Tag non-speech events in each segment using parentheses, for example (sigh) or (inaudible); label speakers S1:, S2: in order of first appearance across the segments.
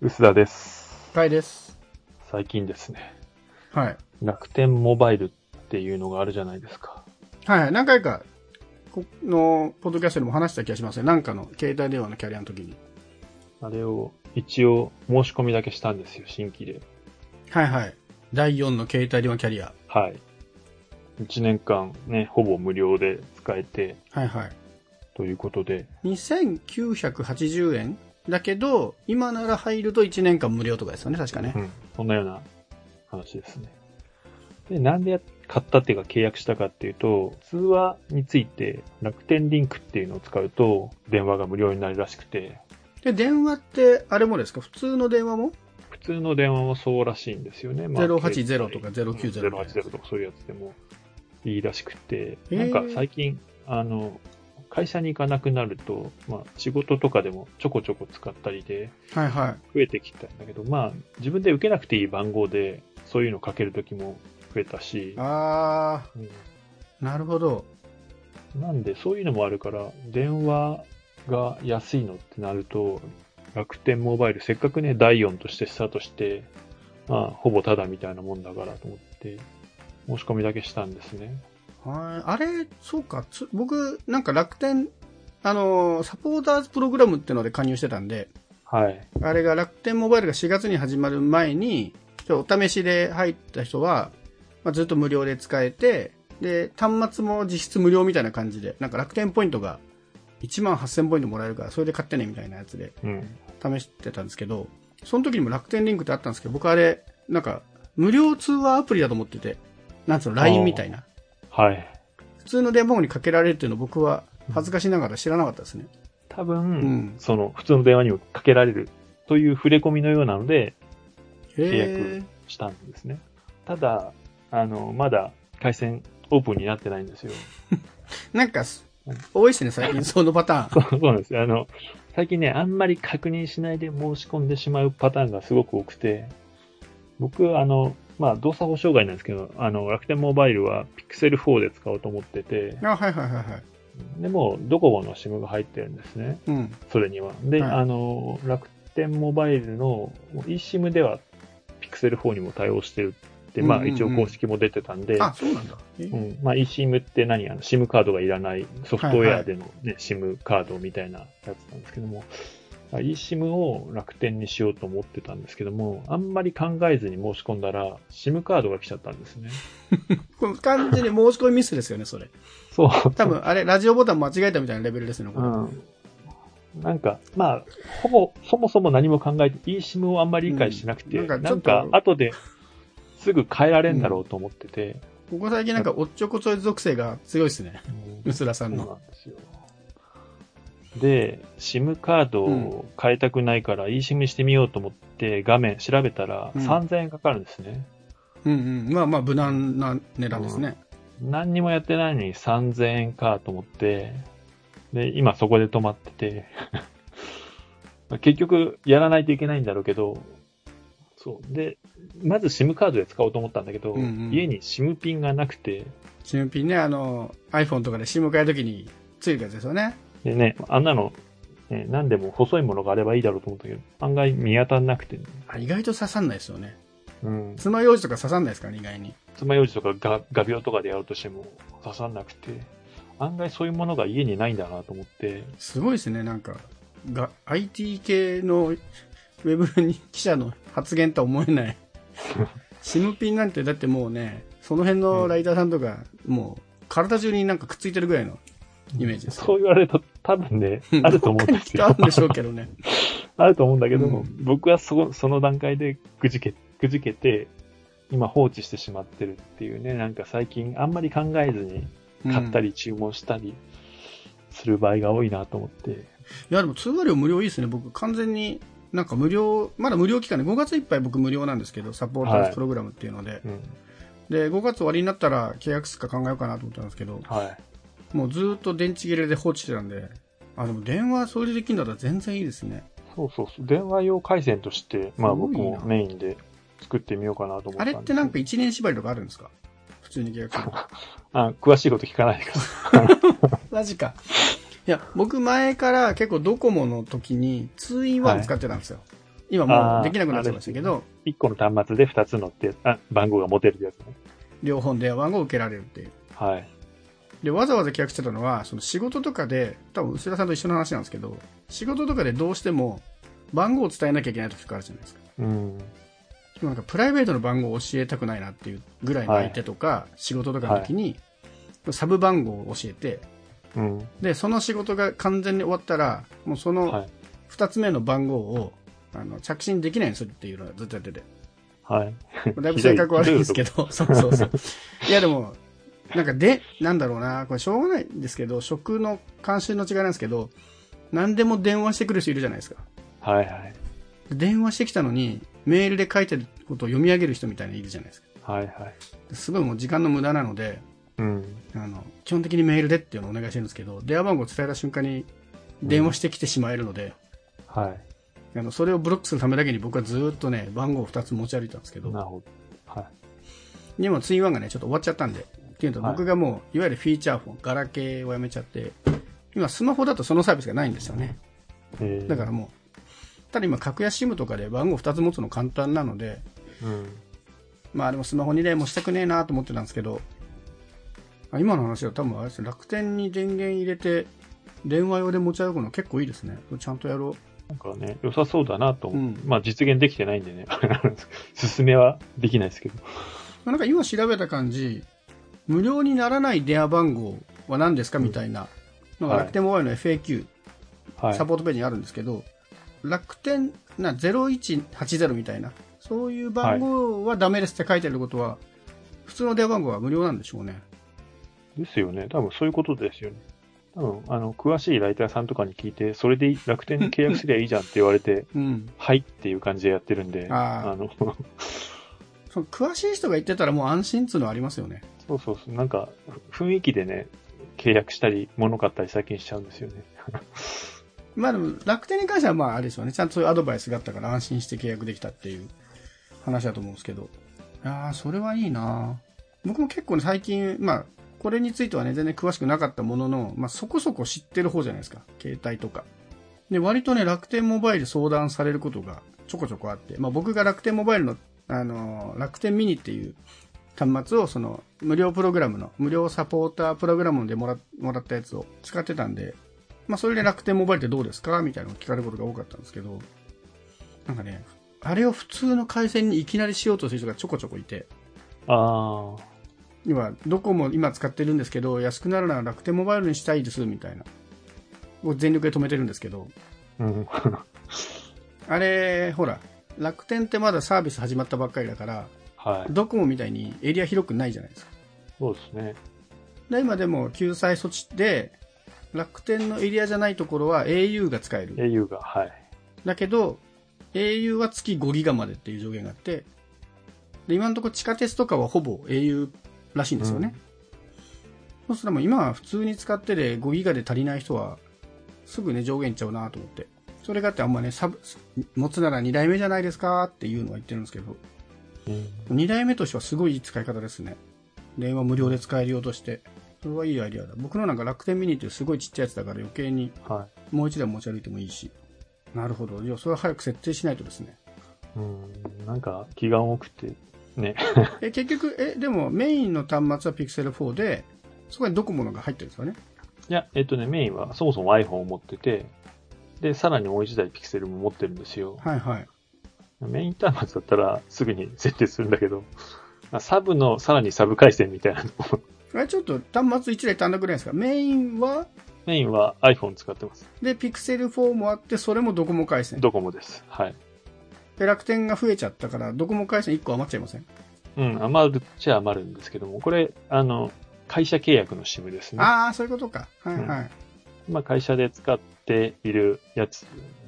S1: 薄田です。
S2: 深いです。
S1: 最近ですね、
S2: はい。
S1: 楽天モバイルっていうのがあるじゃないですか。
S2: はい。何回か、この、ポッドキャストでも話した気がしますね。なんかの、携帯電話のキャリアの時に。
S1: あれを一応申し込みだけしたんですよ、新規で。
S2: はいはい。第4の携帯電話キャリア。
S1: はい。1年間ね、ほぼ無料で使えて、
S2: はいはい。
S1: ということで、
S2: 2980円だけど、今なら入ると1年間無料とかですよね、確かね
S1: う。ん、そんなような話ですね。で、なんでや買ったっていうか契約したかっていうと、通話について楽天リンクっていうのを使うと電話が無料になるらしくて、
S2: で、電話って、あれもですか普通の電話も
S1: 普通の電話もそうらしいんですよね。
S2: 080とか090
S1: うん080とかそういうやつでもいいらしくて、
S2: へー
S1: なんか最近、あの、会社に行かなくなると、まあ仕事とかでもちょこちょこ使ったりで
S2: はいはい。
S1: 増えてきたんだけど、まあ自分で受けなくていい番号でそういうのかけるときも増えたし、
S2: あ
S1: うん
S2: ー、なるほど。
S1: なんでそういうのもあるから、電話が安いのってなると、楽天モバイルせっかくね、第4としてスタートして、まあほぼタダみたいなもんだからと思って、申し込みだけしたんですね。
S2: はいあれ、そうか、つ僕、なんか楽天、あのー、サポーターズプログラムってので加入してたんで、
S1: はい。
S2: あれが楽天モバイルが4月に始まる前に、ちょっとお試しで入った人は、まあ、ずっと無料で使えて、で、端末も実質無料みたいな感じで、なんか楽天ポイントが1万8000ポイントもらえるから、それで買ってねみたいなやつで
S1: うん。
S2: 試してたんですけど、その時にも楽天リンクってあったんですけど、僕あれ、なんか、無料通話アプリだと思ってて、なんつうの、LINE みたいな。
S1: はい。
S2: 普通の電話号にかけられるっていうの僕は恥ずかしながら知らなかったですね。
S1: 多分、
S2: うん
S1: その、普通の電話にもかけられるという触れ込みのようなので、
S2: へえ。
S1: したんですね。ただ、あの、まだ回線オープンになってないんですよ。 (laughs)
S2: なんか、多いですね、最近、そのパターン。
S1: そうなんですよ。あの、最近ね、あんまり確認しないで申し込んでしまうパターンがすごく多くて、僕、あの、まあ、動作保障外なんですけど、あの、楽天モバイルは Pixel 4で使おうと思ってて、
S2: あ、はいはいはいはい。
S1: でも、ドコモの SIM が入ってるんですね。
S2: うん。
S1: それには。で、
S2: はい
S1: あの、楽天モバイルの eSIM では Pixel 4にも対応してるって、ま
S2: う
S1: あ
S2: んうんうん
S1: 一応公式も出てたんで、
S2: あ、そうなんだ。え
S1: うん、まあ eSIM って何あの、SIM カードがいらないソフトウェアでのね、SIM、カードみたいなやつなんですけども、まあ eSIM を楽天にしようと思ってたんですけども、あんまり考えずに申し込んだら、SIM カードが来ちゃったんですね。
S2: これ完全に申し込みミスですよね、それ。
S1: そう。
S2: 多分、あれ、ラジオボタン間違えたみたいなレベルですね、これ。
S1: うん。なんか、まあ、ほぼ、そもそも何も考えて、eSIM をあんまり理解しなくて、
S2: うん
S1: な
S2: なんん
S1: か、
S2: かちょっと
S1: 後ですぐ変えられんだろうと思ってて、
S2: ここ最近なんか、おっちょこちょい属性が強いですね。
S1: うん
S2: うすらさ
S1: そうん
S2: の。
S1: なんですよ。で、SIM カードを変えたくないから、eSIM にしてみようと思って、画面調べたら、
S2: うん
S1: 3000円かかるんですね。
S2: うんうん。まあまあ、無難な値段ですね。
S1: 何にもやってないのに3000円かと思って、で、今そこで止まってて、 (laughs) まあ結局やらないといけないんだろうけど、そう。で、まず SIM カードで使おうと思ったんだけど、
S2: うんうん
S1: 家に SIM ピンがなくて、
S2: シムピンね、あの、iPhone とかで SIM 変えるときについるやつですよね。
S1: でね、あんなの、ね、何でも細いものがあればいいだろうと思ったけど、案外見当たらなくて、ね、
S2: あ意外と刺さんないですよね。
S1: うん。
S2: 爪楊枝とか刺さんないですからね、意外に。
S1: 爪楊枝とかが画鋲とかでやろうとしても刺さんなくて、案外そういうものが家にないんだなと思って、
S2: すごいですね、なんか、が、IT 系のウェブに記者の発言とは思えない。
S1: (laughs)
S2: シムピンなんて、だってもうね、その辺のライターさんとか、もう、体中になんかくっついてるぐらいのイメージです。
S1: そう言われると多分
S2: (laughs)
S1: ね、あると思うんです
S2: きっとあ
S1: よ。
S2: るんでしょうけどね。
S1: あると思うんだけど、
S2: うん
S1: 僕はそその段階でくじけ、くじけて、今放置してしまってるっていうね、なんか最近あんまり考えずに買った
S2: り。
S1: り注文したりする場合が多いなと思って、
S2: いや、でも通話料無料いいですね。僕、完全に、なんか無料、まだ無料期間で、5月いっぱい僕無料なんですけど、サポーターズプログラムっていうので。
S1: うん。
S2: で、5月終わりになったら契約するか考えようかなと思ったんですけど、
S1: はい。
S2: もうずーっと電池切れで放置してたんで、あ、でも電話それでできるんだったら全然いいですね。
S1: そうそうそう。電話用回線として、まあ
S2: すごい
S1: 僕
S2: な
S1: もメインで作ってみようかなと思った
S2: あ
S1: んです
S2: れ
S1: けど
S2: ってなんか一年縛りとかあるんですか普通に契約する。
S1: あ、詳しいこと聞かないでください。
S2: (laughs) マジか。いや、僕前から結構ドコモの時に通話を使ってたんですよ。今もうできなくなっちゃいましたけど、
S1: (laughs) 1個の端末で2つのってやつあ、番号が持てるってやつね。
S2: 両方の電話番号を受けられるっていう。
S1: はい。
S2: で、わざわざ契約してたのは、その仕事とかで、多分、薄田さんと一緒の話なんですけど、仕事とかでどうしても、番号を伝えなきゃいけない時があるじゃないですか。
S1: うん。
S2: でもなんか、プライベートの番号を教えたくないなっていうぐらいの相手とか、仕事とかの時に、サブ番号を教えて、
S1: うん。
S2: で、その仕事が完全に終わったら、もうそ
S1: はい。
S2: の2つ目の番号を、あの、着信できないようにするっていうのはずっとや (laughs) ってて。
S1: はい。
S2: だいぶ性格悪いんですけど、そうそうそう。いやでも、なんかで、なんだろうな、これしょうがないんですけど、職の慣習の違いなんですけど、何でも電話してくる人いるじゃないですか。
S1: はいはい。
S2: 電話してきたのに、メールで書いてることを読み上げる人みたいにいるじゃないですか。
S1: はいはい。
S2: すごいもう時間の無駄なので、
S1: うん。
S2: あの、基本的にメールでっていうのをお願いしてるんですけど、電話番号を伝えた瞬間に電話してきてしまえるので、
S1: はい。
S2: あの、それをブロックするためだけに僕はずーっとね、番号を2つ持ち歩いたんですけど、
S1: なるほど。はい。
S2: でもツインワンがね、ちょっと終わっちゃったんで。っていうと、
S1: はい
S2: 僕がもう、いわゆるフィーチャーフォン、ガラケーをやめちゃって、今スマホだとそのサービスがないんですよね。
S1: えー
S2: だからもう、ただ今、格安 SIM とかで番号2つ持つの簡単なので、
S1: うん。
S2: まあでもスマホ2台もしたくねえなと思ってたんですけど、あ今の話は多分あれですね楽天に電源入れて、電話用で持ち歩くの結構いいですね。ちゃんとやろ
S1: なんかね、良さそうだなと思って、
S2: う
S1: まあ実現できてないんでね、 (laughs) あれなんですけど、進めはできないですけど。
S2: う。まあなんか今調べた感じ、無料にならない電話番号は何ですかみたいなのが楽天モバイルの FAQ
S1: はい
S2: サ。ポートページにあるんですけど、楽天な0180みたいな、そういう番号はダメですって書いてあることは、普通の電話番号は無料なんでしょうね。
S1: ですよね。多分そういうことですよね。多分、あの、詳しいライターさんとかに聞いて、それでいい楽天に契約すりゃいいじゃんって言われて、 (laughs)
S2: うん。
S1: はいっていう感じでやってるんで、
S2: あー
S1: の、 (laughs)
S2: その詳しい人が言ってたらもう安心っていうのはありますよね。
S1: そうそうそう、なんか、ふ雰囲気でね、契約したり、物買ったり最近しちゃうんですよね。
S2: まあでも楽天に関してはまああれですよね。ちゃんとそういうアドバイスがあったから安心して契約できたっていう話だと思うんですけど。ああ、それはいいな僕も結構ね最近、まあこれについてはね全然詳しくなかったものの、まあそこそこ知ってる方じゃないですか。携帯とか。で、割とね楽天モバイル相談されることがちょこちょこあって、まあ僕が楽天モバイルの、あのー楽天ミニっていう端末をその無料プログラムの、無料サポータープログラムでもらもらったやつを使ってたんで、まあ、それで楽天モバイルってどうですかみたいなのを聞かれることが多かったんですけど、なんかね、あれを普通の回線にいきなりしようとする人がちょこちょこいて、
S1: あ
S2: 今、ドコモ今使ってるんですけど、安くなるなら楽天モバイルにしたいです、みたいな。僕全力で止めてるんですけど、
S1: あ、うん。
S2: あれ、ほら、楽天ってまだサービス始まったばっかりだから、
S1: はい。
S2: ドコモみたいにエリア広くないじゃないですか。
S1: そうですね。
S2: で今でも救済措置で、楽天のエリアじゃないところは au が使える。
S1: au が、はい。
S2: だけど、au は月5ギガまでっていう上限があって、で今のところ地下鉄とかはほぼ au らしいんですよね。そうするともう今は普通に使ってで5ギガで足りない人は、すぐね上限いっちゃうなと思って。それがあってあんまね、サブ、持つなら2代目じゃないですかっていうのは言ってるんですけど、
S1: うん
S2: 2代目としてはすごいいい使い方ですね。電話無料で使えるようとして。それはいいアイディアだ。僕のなんか楽天ミニっていうすごいちっちゃいやつだから余計に
S1: は
S2: もう一台持ち歩いてもいいし。なるほど。いや、それは早く設定しないとですね。
S1: い。うん。なんか、気が重くて、ね。
S2: え、結局、え、でもメインの端末は Pixel 4で、そこにドコモのが入ってるんですよね。
S1: いや、えっとね、メインはそもそも iPhone を持ってて、で、さらにもう一台 Pixel も持ってるんですよ。
S2: はいはい。
S1: メイン端末だったらすぐに設定するんだけど、あサブの、さらにサブ回線みたいなのを
S2: あれちょっと端末1台単独ないですかメインは、
S1: メインは iPhone 使ってます。
S2: で、Pixel 4もあって、それもドコモ回線。
S1: ドコモです。はい。
S2: で、楽天が増えちゃったから、ドコモ回線1個余っちゃいません
S1: うん、余るっちゃ余るんですけども、これ、あの、会社契約の SIM ですね。
S2: ああ、そういうことか。はいはい。
S1: まあ、会社で使っているやつ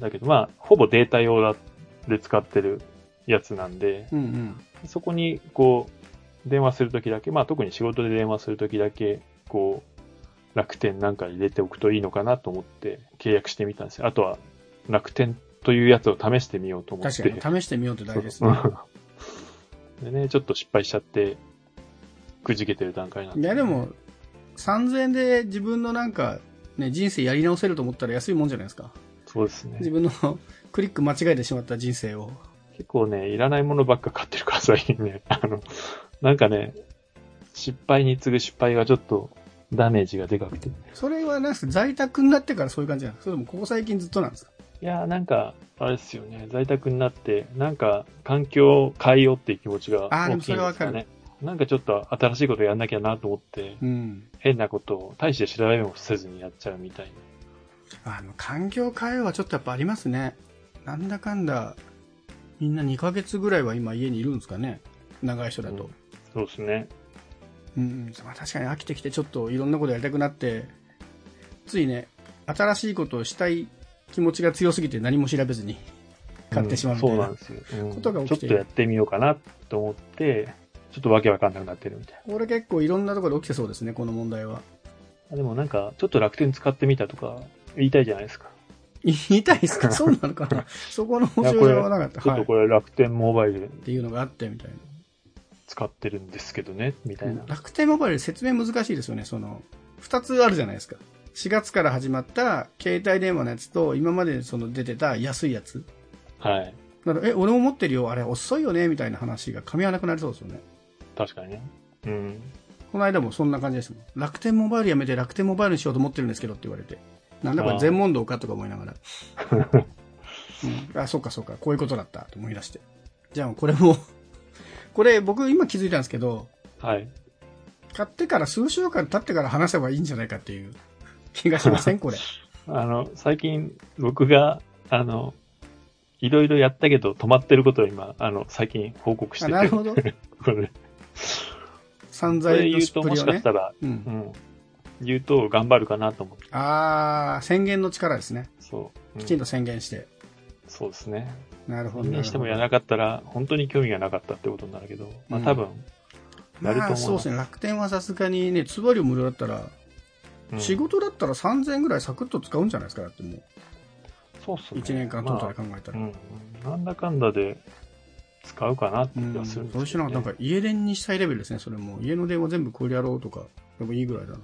S1: だけど、まあ、ほぼデータ用だで使ってるやつなんで、
S2: うんうん。
S1: そこに、こう、電話するときだけ、まあ、特に仕事で電話するときだけ、こう、楽天なんか入れておくといいのかなと思って契約してみたんですよ。あとは、楽天というやつを試してみようと思って。
S2: 確かに、試してみようって大事ですね。
S1: (laughs) でね、ちょっと失敗しちゃって、くじけてる段階なん
S2: い
S1: で。
S2: や、でも、3000円で自分のなんか、ね、人生やり直せると思ったら安いもんじゃないですか。
S1: そうですね
S2: 自。分の (laughs) クリック間違えてしまった人生を。
S1: 結構ね、いらないものばっか買ってるから、最近ね。 (laughs) あの、なんかね、失敗に次ぐ失敗がちょっとダメージがでかくて。い
S2: それはなんすか在宅になってからそういう感じなんですかそれともここ最近ずっとなんですか
S1: やー、なんか、あれですよね、在宅になって、なんか、環境を変えようっていう気持ちが
S2: あーで
S1: 大
S2: も
S1: きい
S2: そ
S1: ん
S2: れ
S1: で
S2: はわ
S1: す
S2: かる
S1: かね。なんかちょっと新しいことやんなきゃなと思って、
S2: うん。
S1: 変なことを大して調べもせずにやっちゃうみたいな。
S2: あの、環境変えはちょっとやっぱありますね。なんだかんだ、みんな2ヶ月ぐらいは今家にいるんですかね長い人だと。
S1: そうですね。
S2: うん、うんまあ、確かに飽きてきてちょっといろんなことやりたくなって、ついね、新しいことをしたい気持ちが強すぎて何も調べずに買ってしまうみたいな。
S1: んそうなんですよ、うん
S2: ことが起
S1: ちょ
S2: き
S1: ってと
S2: いる
S1: やってみようかなと思って、ちょっとわけわかんなくなってるみたい
S2: これ結構いろんなところで起きてそうですね、この問題は。
S1: な。でもなんか、ちょっと楽天使ってみたとか言いたいじゃないですか。
S2: 言いたいですか (laughs) そうなのかなそこの面白さはなかった。
S1: ちょっ
S2: はい。
S1: と
S2: っ
S1: これ楽天モバイル
S2: ていうのがあってみたい
S1: 使ってるんですけどね、みたいな
S2: な。。楽天モバイル説明難しいですよね、その、二つあるじゃないですか。4月から始まった携帯電話のやつと、今までその出てた安いやつ。
S1: はい。
S2: だから、え、俺も持ってるよ、あれ遅いよね、みたいな話が噛み合わなくなりそうですよね。
S1: 確かにね。うん。
S2: この間もそんな感じですもん。楽天モバイルやめて楽天モバイルにしようと思ってるんですけどって言われて。なんだこれ
S1: あー
S2: 全問答かとか思いながら。うん、あ、そっかそっか、こういうことだったと思い出して。じゃあこれも、 (laughs) これ僕今気づいたんですけど、
S1: はい。
S2: 買ってから数週間経ってから話せばいいんじゃないかっていう気がし
S1: (laughs)
S2: ませんこれ。
S1: あの、最近僕が、あの、いろいろやったけど止まってることを今、あの、最近報告して
S2: あ
S1: て。
S2: なるほど。
S1: これ、
S2: 散
S1: それ
S2: 財の
S1: 言う
S2: しっ
S1: と
S2: ぷ
S1: も
S2: り
S1: し
S2: を
S1: かし
S2: ね。
S1: たら、
S2: う。
S1: うんん。言うと頑張るかなと思って。
S2: あー、宣言の力ですね。
S1: そう。うん
S2: きちんと宣言して。
S1: そうですね。
S2: なるほど。
S1: 宣
S2: なる
S1: 言して
S2: ほ
S1: もや
S2: ど
S1: らなかったら、本当に興味がなかったってことになるけど、まあ
S2: うん
S1: 多分、
S2: ま
S1: やると思い
S2: あ
S1: ます
S2: そうですね、楽天はさすがにね、つばり無料だったら、
S1: うん
S2: 仕事だったら3000円ぐらいサクッと使うんじゃないですかだってもう
S1: そうっすね。
S2: 1年間トータル考えたら、
S1: まあうん。なんだかんだで使うかなって気
S2: うん
S1: がするん
S2: そ
S1: で
S2: れ
S1: す
S2: し
S1: けど
S2: な
S1: ね
S2: なんか家電にしたいレベルですねそれもう家の電話全部これやろうとかでもいいぐらいだな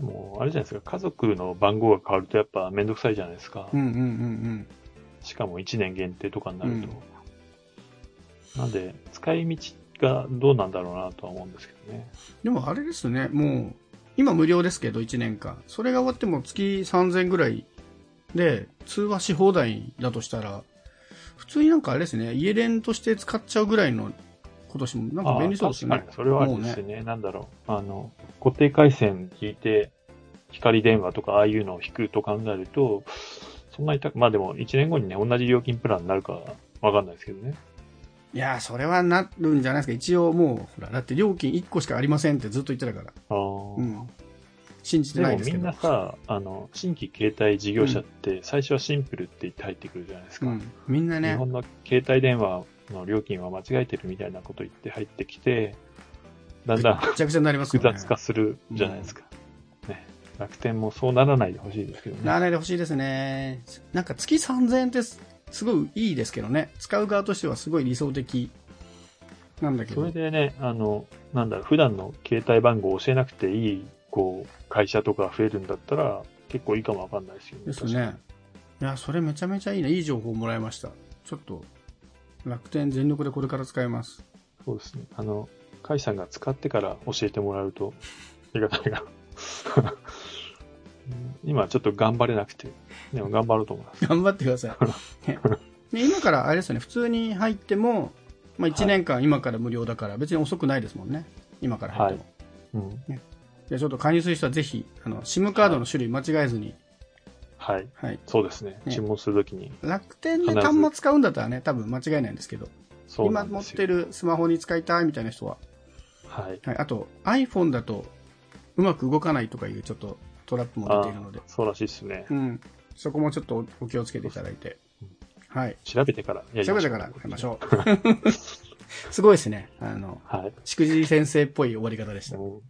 S1: もう、あれじゃないですか、家族の番号が変わるとやっぱめんどくさいじゃないですか。
S2: うんうんうん
S1: しかも1年限定とかになると。
S2: う
S1: なんで、使い道がどうなんだろうなとは思うんですけどね。
S2: うんでもあれですねもう今無料ですけど1年間それが終わっても月3000円ぐらいで通話し放題だとしたら普通になんかあれですね家電として使っちゃうぐらいの今年もなんか便利そうです
S1: あー
S2: ね
S1: 確かにそれはあれですよね。なんだろう。あの、固定回線引いて、光電話とかああいうのを引くと考えると、そんなにたまあでも1年後にね、同じ料金プランになるかわかんないですけどね。
S2: いやーそれはなるんじゃないですか一応もうほらだって料金1個しかありませんってずっと言ってたから
S1: ああ。
S2: うん、信じて
S1: で
S2: ない
S1: も
S2: です
S1: み
S2: け
S1: ん
S2: ど
S1: な。さ、あの、新規携帯事業者って最初はシンプルって言って入ってくるじゃないですか。
S2: うん、みんな
S1: 日
S2: ね、
S1: 本の携帯電話の料金は間違えてるみたいなこと言って入ってきて、だんだん
S2: めちゃくちゃになります
S1: 複
S2: よね。
S1: 雑化するじゃないですか。ね。楽天もそうならないでほしいですけど
S2: な
S1: ね。
S2: らないでほしいですね。なんか月3000円ってすすごいいいですけどね。使う側としてはすごい理想的なんだけ
S1: それ
S2: ど。
S1: でね、あの、なんだろう、普段の携帯番号を教えなくていい、こう、会社とか増えるんだったら、結構いいかもわかんないですよね。
S2: ですね。いや、それめちゃめちゃいいね。いい情報もらいました。ちょっと、楽天全力でこれから使います。
S1: そうですね。あの、甲斐さんが使ってから教えてもらうと、ありがたいな。 (laughs) うん今ちょっと頑張れなくて、でも頑張ろうと思います。
S2: (laughs) 頑張ってください。
S1: (laughs)
S2: ね、で今からあれですよね、普通に入っても、まあ、1年間今から無料だから、別に遅くないですもんね。今から入っても。
S1: うん。
S2: じゃあちょっと加入する人はぜひ、あの、SIM カードの種類間違えずに、
S1: はい。
S2: はい。
S1: そうですね。
S2: ね
S1: 注文するときに。
S2: 楽天で
S1: 必ず
S2: 端末使うんだったらね、多分間違いないんですけど、
S1: そうな
S2: 今
S1: ん
S2: 持
S1: で
S2: っ
S1: す
S2: て
S1: よ。
S2: るスマホに使いたいみたいな人は、
S1: はい。
S2: はい。あと、iPhone だと、うまく動かないとかいうちょっとトラップも出ているので
S1: あ、そうらしいですね。
S2: うん。そこもちょっとお気をつけていただいて、はい。
S1: 調べてからやり
S2: 調
S1: ま
S2: べ
S1: しょ
S2: て
S1: う。
S2: からやりましょ
S1: (laughs)
S2: う。すごいですね。あの、
S1: はい。
S2: しくじり先生っぽい終わり方でした。
S1: うん